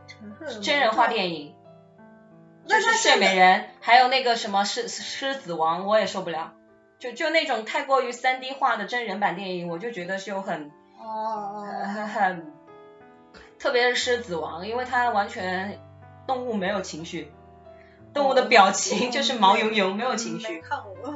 C: 沉睡的
B: 真人化
C: 影？
B: 电影，就
C: 嗯那
B: 是
C: 他
B: 睡
C: 真的
B: 美人，还有那个什么狮狮子王，我也受不了。就就那种太过于三 D 化的真人版电影，我就觉得是有很
C: 哦哦哦，
B: 很很，特别是狮子王，因为它完全动物没有情绪，动
C: 哦
B: 物的表情就是毛茸茸，没有情
C: 嗯没
B: 绪。
C: 看过。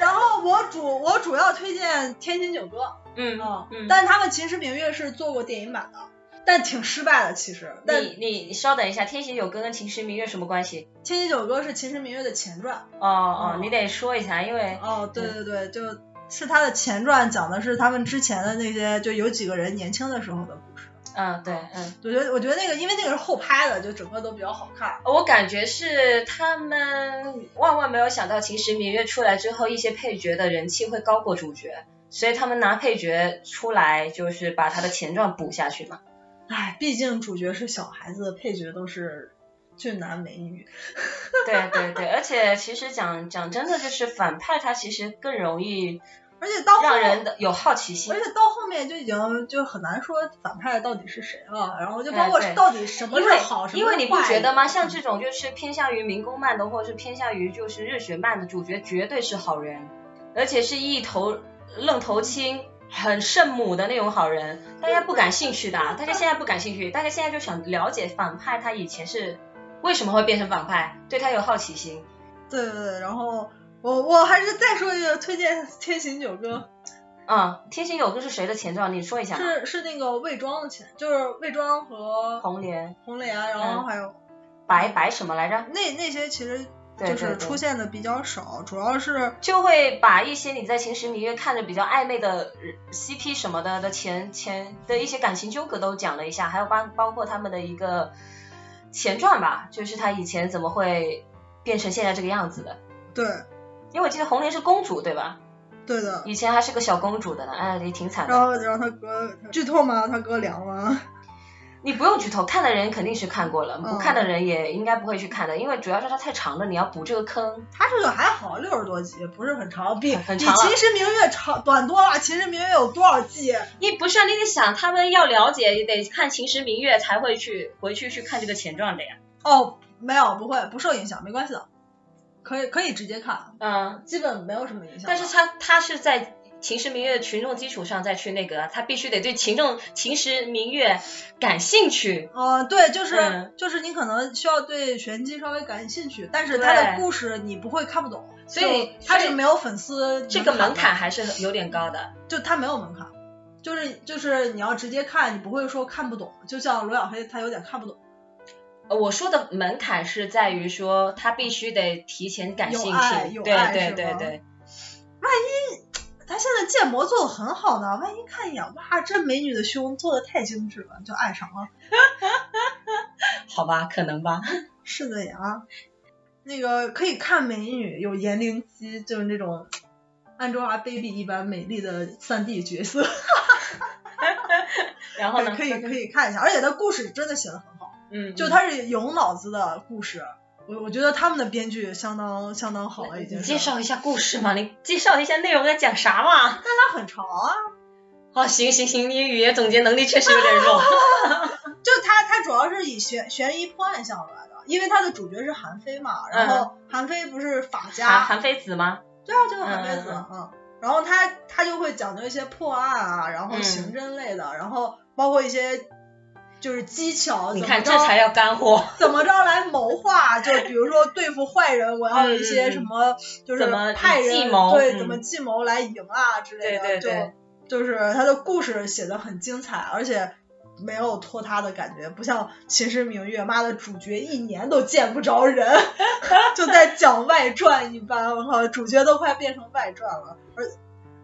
C: 然后我主我主要推荐《天津九哥》
B: 嗯
C: 啊，
B: 嗯。
C: 但他们《秦时明月》是做过电影版的，但挺失败的其实。但《
B: 你你稍等一下，《天行九歌》跟《秦时明月》什么关系？
C: 天津九哥》是《秦时明月》的前传。
B: 哦哦
C: 哦，
B: 你得说一下，因为
C: 哦，对对对，就是他的前传，讲的是他们之前的那些，就有几个人年轻的时候的故事。
B: 嗯对嗯，
C: 我觉得我觉得那个，因为那个是后拍的，就整个都比较好看。
B: 我感觉是他们万万没有想到《秦时明月》出来之后，一些配角的人气会高过主角，所以他们拿配角出来就是把他的前传补下 去嘛。
C: 唉，毕竟主角是小孩子，配角都是俊男美女。
B: 对对对，而且其实讲讲真的，就是反派他其实更容易
C: 而且到后
B: 让人的有好奇心
C: 而。且到后面就已经就很难说反派到底是谁了，然后就包括
B: 哎对
C: 到底什么
B: 因
C: 是
B: 为
C: 好，什
B: 因
C: 么
B: 为
C: 是
B: 你不
C: 坏
B: 觉得吗？像
C: 嗯
B: 这种就是偏向于民工漫的，或者是偏向于就是日学漫的主角，绝对是好人，而且是一头愣头青。很圣母的那种好人，大家不感兴趣的啊，大家现在不感兴趣，大家现在就想了解反派他以前是为什么会变成反派，对他有好奇心。
C: 对对对，然后我我还是再说一个推荐《天行九歌
B: 嗯，天行有个是谁的前传？你说一》，下吧。啊
C: 是是那个魏庄的钱，就是魏庄和
B: 红莲
C: 红莲，然
B: 嗯
C: 后还有、
B: 白白什么来着？
C: 那那些其实
B: 对
C: 就
B: 对
C: 是
B: 对
C: 出现的比较少，主要是
B: 就会把一些你在《秦时明月》看着比较暧昧的呃 CP 什么的的前前的一些感情纠葛都讲了一下，还有包包括他们的一个前传吧，就是他以前怎么会变成现在这个样子的。
C: 对
B: 因为我记得红莲是公主对吧？
C: 对的。
B: 以前还是个小公主的呢，哎，也挺惨
C: 然
B: 的。
C: 后，然后他哥剧透吗？他哥凉吗？
B: 你不用剧透，看的人肯定是看过了，不
C: 嗯
B: 看的人也应该不会去看的，因为主要是它太长了，你要补这个坑。
C: 他这个还好，六十多集，不是很长，比
B: 很
C: 比
B: 长
C: 《
B: 了
C: 秦时明月》长短多了。《秦时明月》有多少季？
B: 你不是啊，你得想他们要了解，也得看《秦时明月》才会去回去去看这个前传的呀。
C: 哦，没有，不会，不受影响，没关系的，可以可以直接看，
B: 嗯，
C: 基本没有什么影响。
B: 但是他他是在《秦时明月》的群众基础上再去那个啊，他必须得对群众《秦时明月》感兴趣。
C: 呃，对，就是、
B: 嗯
C: 就是你可能需要对玄机稍微感兴趣，但是他的
B: 对
C: 故事你不会看不懂，
B: 所以
C: 就他
B: 所以
C: 是没有粉丝
B: 这个门
C: 的
B: 槛，还是有点高的，
C: 就他没有门槛，就是就是你要直接看，你不会说看不懂，就像罗小黑他有点看不懂，
B: 呃我说的门槛是在于说，他必须得提前感兴
C: 有爱
B: 趣，
C: 有
B: 对
C: 爱
B: 对
C: 是
B: 对
C: 吗
B: 对，
C: 他现在建模做的很好呢，万一看一眼，哇，这美女的胸做的太精致了，就爱上了。
B: 好吧，可能吧。
C: 是的呀，那个可以看美女，有颜灵姬，就是那种 Angelababy 一般美丽的三 D 角色，
B: 然后呢？
C: 可以可以看一下。而且它故事真的写的很好，
B: 嗯，
C: 就
B: 嗯
C: 它是有脑子的故事。我我觉得他们的编剧相当相当好了，已经
B: 你
C: 是。
B: 介绍一下故事嘛，你介绍一下内容在讲啥嘛？
C: 它很长啊，
B: 哦，行行行，你语言总结能力确实有点弱。
C: 就它它主要是以悬悬疑破案向来的，因为它的主角是韩非嘛，然后韩非不是法家，
B: 嗯韩韩非子吗？
C: 对啊，就是韩非子
B: 嗯
C: 啊。嗯然后他他就会讲究一些破案啊，然后
B: 嗯
C: 刑侦类的，然后包括一些就是技巧，
B: 你
C: 怎
B: 看
C: 么
B: 这才
C: 着
B: 叫干货，
C: 怎么着来谋划，就比如说对付坏人，我要有一
B: 嗯嗯
C: 些
B: 嗯
C: 什么，就
B: 怎
C: 是
B: 么
C: 派人
B: 计谋
C: 对
B: 嗯
C: 怎么计谋来赢啊之类的，
B: 对对对
C: 就就是他的故事写的很精彩，而且。没有拖沓的感觉，不像《秦时明月》，妈的主角一年都见不着人， 就在讲外传一般。我靠，主角都快变成外传了，而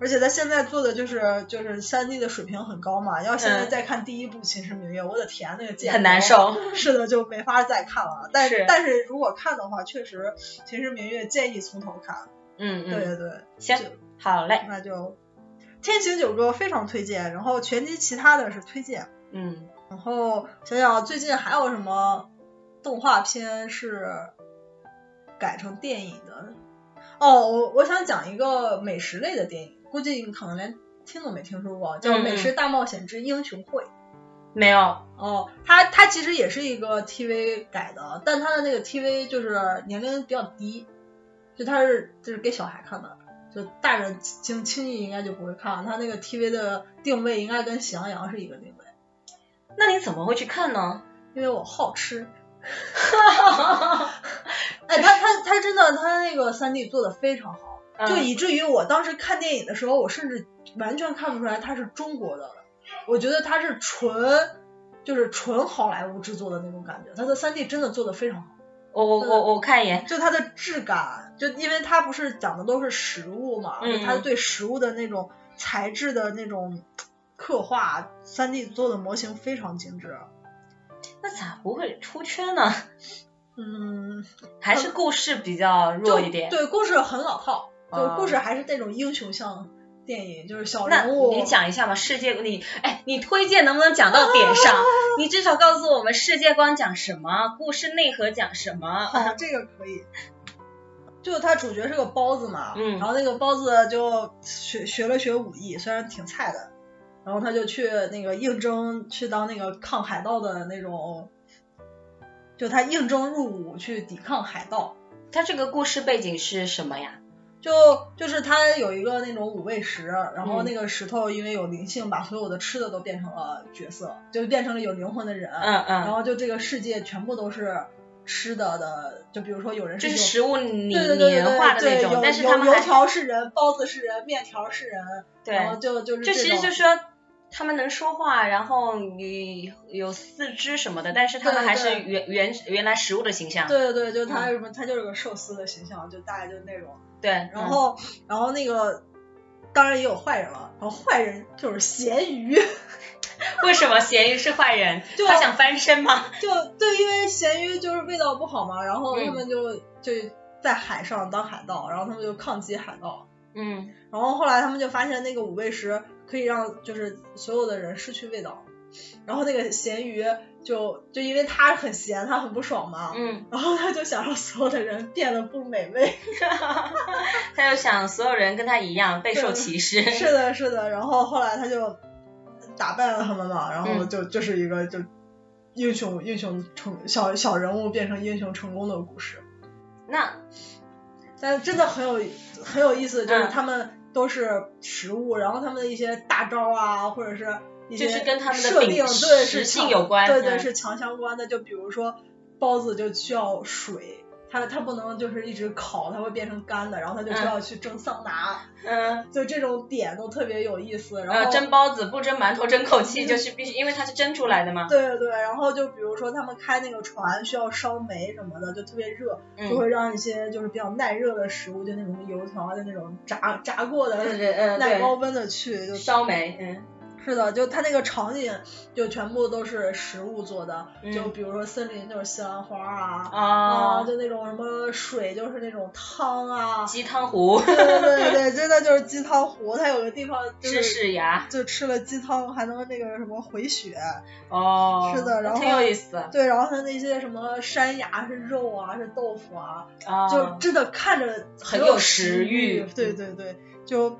C: 而且他现在做的就是就是三 D 的水平很高嘛。要现在
B: 嗯
C: 再看第一部《秦时明月》，我的天，那个建
B: 很难
C: 模
B: 受。
C: 是的，就没法再看了。但
B: 是
C: 但是如果看的话，确实《秦时明月》建议从头看。
B: 嗯
C: 对
B: 嗯，
C: 对对，
B: 行，好嘞，
C: 那就《天行九歌》非常推荐，然后拳击其他的是推荐。
B: 嗯，
C: 然后想想最近还有什么动画片是改成电影的？哦，我我想讲一个美食
B: 嗯
C: 类的电影，估计你可能连听都没听说过，叫《美食大冒险之英雄会》。
B: 没有，
C: 哦，它它其实也是一个 TV 改的，但它的那个 TV 就是年龄比较低，就它是就是给小孩看的，就大人轻轻易应该就不会看。它那个 TV 的定位应该跟喜羊羊是一个定位，
B: 那你怎么会去看呢？
C: 因为我好吃。 哎，它它它真的，它那个三 D 做的非常好，就
B: 嗯
C: 以至于我当时看电影的时候，我甚至完全看不出来它是中国的，我觉得它是纯就是纯好莱坞制作的那种感觉，它的三 D 真的做的非常好。
B: 我我我我看一眼，
C: 就它的质感，就因为它不是讲的都是食物嘛，
B: 嗯
C: 就它对食物的那种材质的那种刻画，三 D 做的模型非常精致。
B: 那咋不会出圈呢？
C: 嗯，
B: 还是故事比较
C: 就
B: 弱一点。
C: 对，故事很老套，就
B: 啊
C: 故事还是那种英雄向电影，就是小
B: 那
C: 人物。
B: 你讲一下吧，世界你哎，你推荐能不能讲到点
C: 哦
B: 上？ 你至少告诉我们世界观讲什么，故事内核讲什么。
C: 好，啊这个可以。就他主角是个包子嘛，
B: 嗯
C: 然后那个包子就学学了学武艺，虽然挺菜的，然后他就去那个应征去当那个抗海盗的那种，就他应征入伍去抵抗海盗，
B: 它这个故事背景是什么呀？
C: 就就是他有一个那种五味石，然后
B: 嗯
C: 那个石头因为有灵性，把所有的吃的都变成了角色，就变成了有灵魂的人，
B: 嗯
C: 然
B: 嗯，
C: 后就这个世界全部部都是吃的的，就比如说有人是
B: 就是
C: 用
B: 食物拟
C: 对对对
B: 拟人化的
C: 对
B: 那
C: 对
B: 种，
C: 有
B: 但是
C: 有
B: 他们
C: 油
B: 还
C: 条是人，包子是人，面条是人，然后
B: 对，
C: 就就是
B: 就
C: 这
B: 其实
C: 种
B: 就是说他们能说话，然后你有四肢什么的，但是他们
C: 对
B: 还是
C: 对
B: 原原原来食物的形象。
C: 对对对，就
B: 嗯
C: 他什么，他就是个寿司的形象，就大概就那种。
B: 对，
C: 然
B: 嗯
C: 后然后那个当然也有坏人了，然后坏人就是咸鱼，
B: 为什么咸鱼是坏 人？
C: 就
B: 他想翻身吗？
C: 就对，因为咸鱼就是味道不好嘛，然后
B: 嗯
C: 他们就就在海上当海盗，然后他们就抗击海盗，
B: 嗯，
C: 然后后来他们就发现那个五味石可以让就是所有的人失去味道，然后那个咸鱼就就因为它很咸，它很不爽嘛，
B: 嗯，
C: 然后他就想让所有的人变得不美味。
B: 他就想所有人跟他一样备受歧视。
C: 是的，是的。然后后来他就打败了他们嘛，然后就、就是一个就英雄英雄成小小人物变成英雄成功的故事，
B: 那
C: 但是真的很有很有意思，就是
B: 嗯
C: 他们都是食物，然后他们的一些大招啊，或者是。一些
B: 就是跟他们的
C: 设
B: 秉
C: 定对
B: 食
C: 是
B: 性
C: 强
B: 有关
C: 对对
B: 嗯
C: 是强相关的。就比如说包子就需要水，它它不能就是一直烤，它会变成干的，然后它就需
B: 嗯
C: 要去蒸桑拿。
B: 嗯，
C: 就这种点都特别有意思。然
B: 呃，
C: 后、
B: 蒸包子不蒸馒头，蒸口气就是必须，因为它是蒸出来的嘛。
C: 对对对，然后就比如说他们开那个船需要烧煤什么的，就特别热，就
B: 嗯，
C: 会让一些就是比较耐热的食物，就那种油条啊，就那种炸炸过的。
B: 对对 嗯
C: 耐高
B: 对，
C: 温的去，就
B: 烧煤，嗯
C: 是的，就它那个场景就全部都是食物做的，
B: 嗯
C: 就比如说森林就是西兰花啊，
B: 啊，
C: 就那种什么水就是那种汤啊，
B: 鸡汤壶、
C: 对对对对，真的就是鸡汤壶，它有个地方就
B: 芝
C: 是
B: 士牙，
C: 就吃了鸡汤还能那个什么回血，
B: 哦，
C: 是的然后
B: 挺有意思啊
C: 对，然后它那些什么山崖是肉啊，是豆腐啊，，就
B: 哦
C: 真的看着
B: 很有
C: 有
B: 食
C: 欲
B: 欲。嗯
C: 对对对，就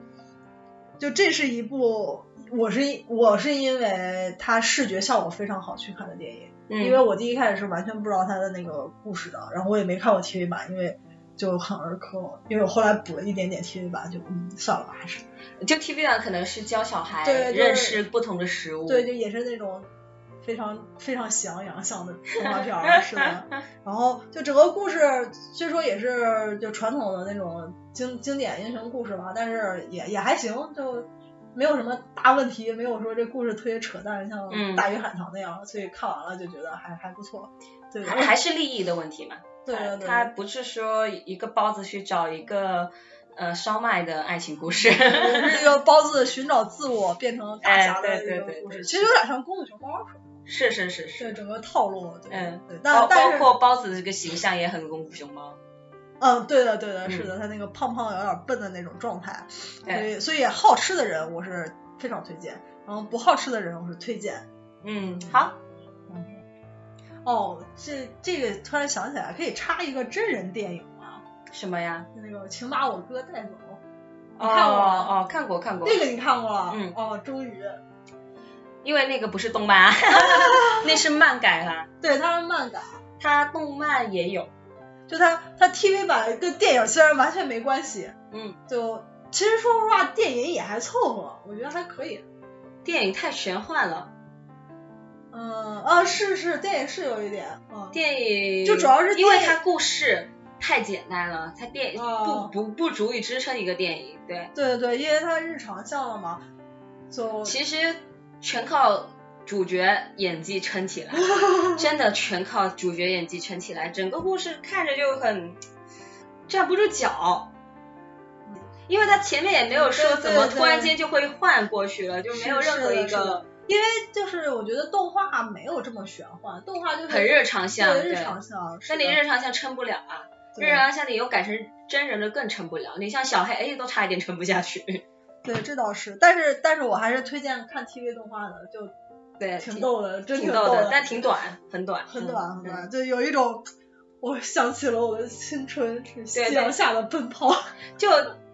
C: 就这是一部，我是因我是因为它视觉效果非常好去看的电影，因为
B: 嗯，
C: 我第一开始是完全不知道它的那个故事的，然后我也没看过 TV 版，因为。就很儿科，因为我后来补了一点点 TV 版，就嗯算了吧，还是
B: 就 TV 版可能是教小孩
C: 对就是
B: 认识不同的食物。
C: 对，就也是那种非常非常喜羊羊像的动画片儿，是的。然后就整个故事虽说也是就传统的那种经经典英雄故事吧，但是也也还行，就没有什么大问题，没有说这故事特别扯淡，像
B: 嗯
C: 《大鱼海棠》那样，所以看完了就觉得还还不错。对，
B: 还还是利益的问题嘛。
C: 对
B: 它
C: 对对，
B: 它不是说一个包子去找一个呃烧麦的爱情故事。
C: 这个包子寻找自我变成大
B: 哎
C: 侠的
B: 对
C: 一个
B: 对对
C: 故事，
B: 对
C: 其实有点像《功夫熊猫》
B: 是是是
C: 对
B: 是，
C: 整个套路，对，
B: 嗯
C: 对，但
B: 包
C: 但
B: 包
C: 是
B: 括包子的这个形象也很功夫熊猫。
C: 嗯，对的，对的，
B: 嗯哎
C: 是的，他那个胖胖有点笨的那种状态，所
B: 对，
C: 以所以好吃的人我是非常推荐，然后不好吃的人我是推荐。
B: 嗯，好，
C: 哦，这这个突然想起来，可以插一个真人电影吗？
B: 什么呀？
C: 那个《请把我哥带走》，
B: 哦
C: 看过吗
B: 哦，看过看过。
C: 那个你看过了？
B: 嗯
C: 哦，终于，
B: 因为那个不是动漫啊， 那是漫改啦、
C: 对，它是漫改，
B: 它动漫也有，
C: 就它它 TV 版跟电影虽然完全没关系，
B: 嗯，
C: 就其实说实话，电影也还凑合，我觉得还可以。
B: 电影太玄幻了，
C: 嗯啊，是是，电影是有一点，嗯，
B: 电影
C: 就主要是
B: 因为
C: 电
B: 它故事太简单了，它电、
C: 哦
B: 不不不足以支撑一个电影，对，
C: 对对对，因为它日常向了嘛，就
B: 其实全靠主角演技撑起 来，真的全靠主角演技撑起来，整个故事看着就很站不住脚。因为他前面也没有说
C: 对对
B: 怎么
C: 对
B: 突然间就会换过去了，就没有
C: 是
B: 任何
C: 是的
B: 一
C: 是的
B: 个
C: 因为就是我觉得动画没有这么玄幻，动画就是
B: 很日常向，
C: 对
B: 对
C: 日，常向，是
B: 那你
C: 的
B: 日常向撑不了啊，
C: 对
B: 日常向你又改成真人的更撑不了，你像小黑 A 都差一点撑不下去，
C: 对，这倒是，但是但是我还是推荐看 TV 动画的，就
B: 对，
C: 挺逗的，真
B: 挺
C: 逗
B: 逗的，但挺短，很短，
C: 很
B: 嗯
C: 短很。短，
B: 嗯
C: 就有一种我想起了我的青春，是夕
B: 对
C: 阳下的奔跑。
B: 就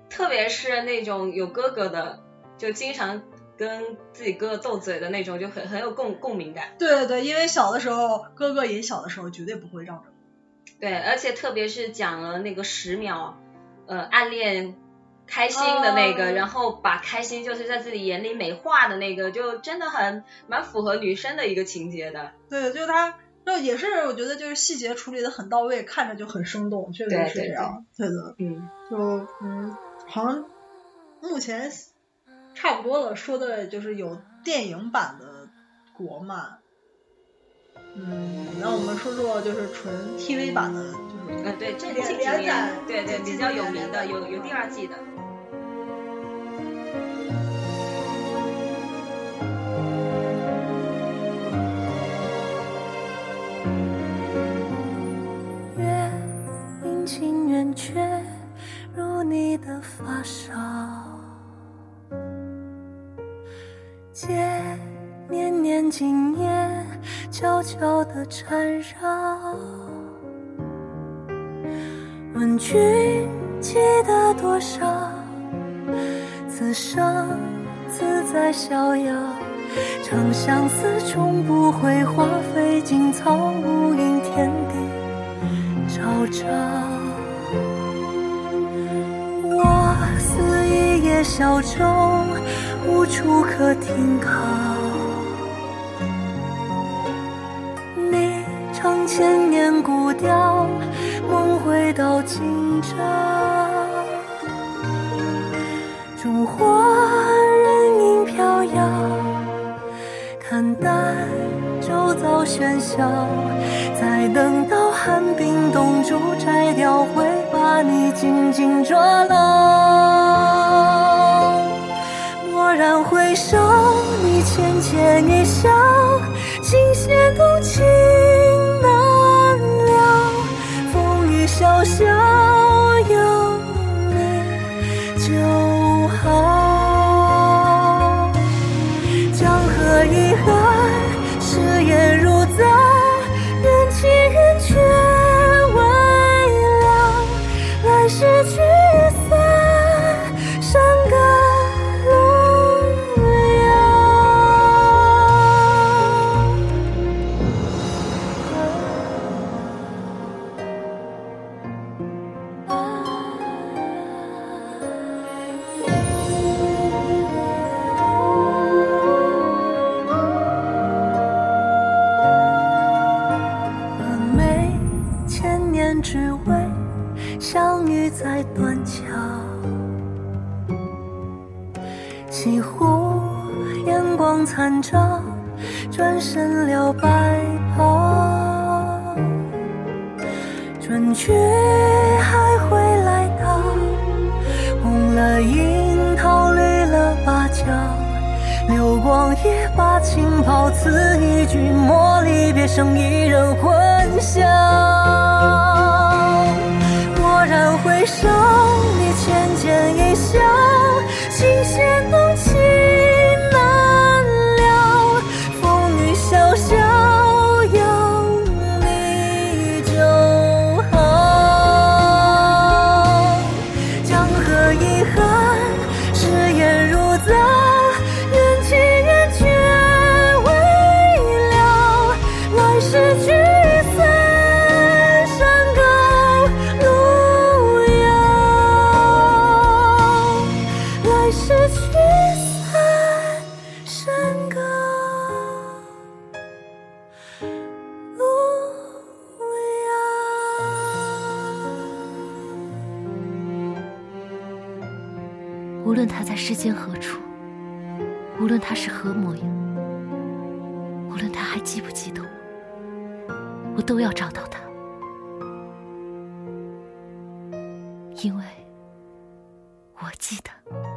B: 特别是那种有哥哥的，就经常跟自己哥哥斗嘴的那种，就很很有共共鸣感。
C: 对对对，因为小的时候，哥哥也小的时候绝对不会让着我。
B: 对，而且特别是讲了那个十秒，呃，暗恋开心的那个，
C: 哦
B: 然后把开心就是在自己眼里美化的那个，就真的很蛮符合女生的一个情节的。
C: 对，就是他，就也是我觉得就是细节处理的很到位，看着就很生动，确
B: 对
C: 实是
B: 对
C: 这样。对的，
B: 嗯，
C: 就嗯，好像目前差不多了，说的就是有电影版的国漫。嗯，那我们说说就是纯 TV 版的，就是
B: 呃，对，正
C: 连
B: 经
C: 连载
B: 对对
C: 正经
B: 比较有
C: 连
B: 名
C: 载
B: 的，有有第二季的。
D: 月阴晴圆缺，如你的发梢。街年年今夜，悄悄地缠绕。问君记得多少？此生自在逍遥。长相思终不会花费尽草木阴天地。朝朝。我似一叶小舟，无处可停靠。你唱千年古调，梦回到今朝。烛火人影飘摇，看淡周遭喧嚣。再等到寒冰冻住摘掉，会把你紧紧抓牢。蓦然回首，你浅浅一笑，琴弦动情难了。风雨萧萧，有你就好。江河以岸，誓言如在，缘起缘却未了，来世聚散，山隔路遥。峨眉千年只为相遇在断桥，西湖烟光残照，转身了白袍。春去还会来到，红了樱桃，绿了芭蕉，流光也把浸泡。此一句莫离别，剩一人混淆。蓦然回首，你浅浅一笑，琴弦动情难了，风雨萧萧。有你就好。江河遗憾，誓言如在，缘起缘缺。
A: 无论他在世间何处，无论他是何模样，无论他还记不记得我，我都要找到他，因为我记得。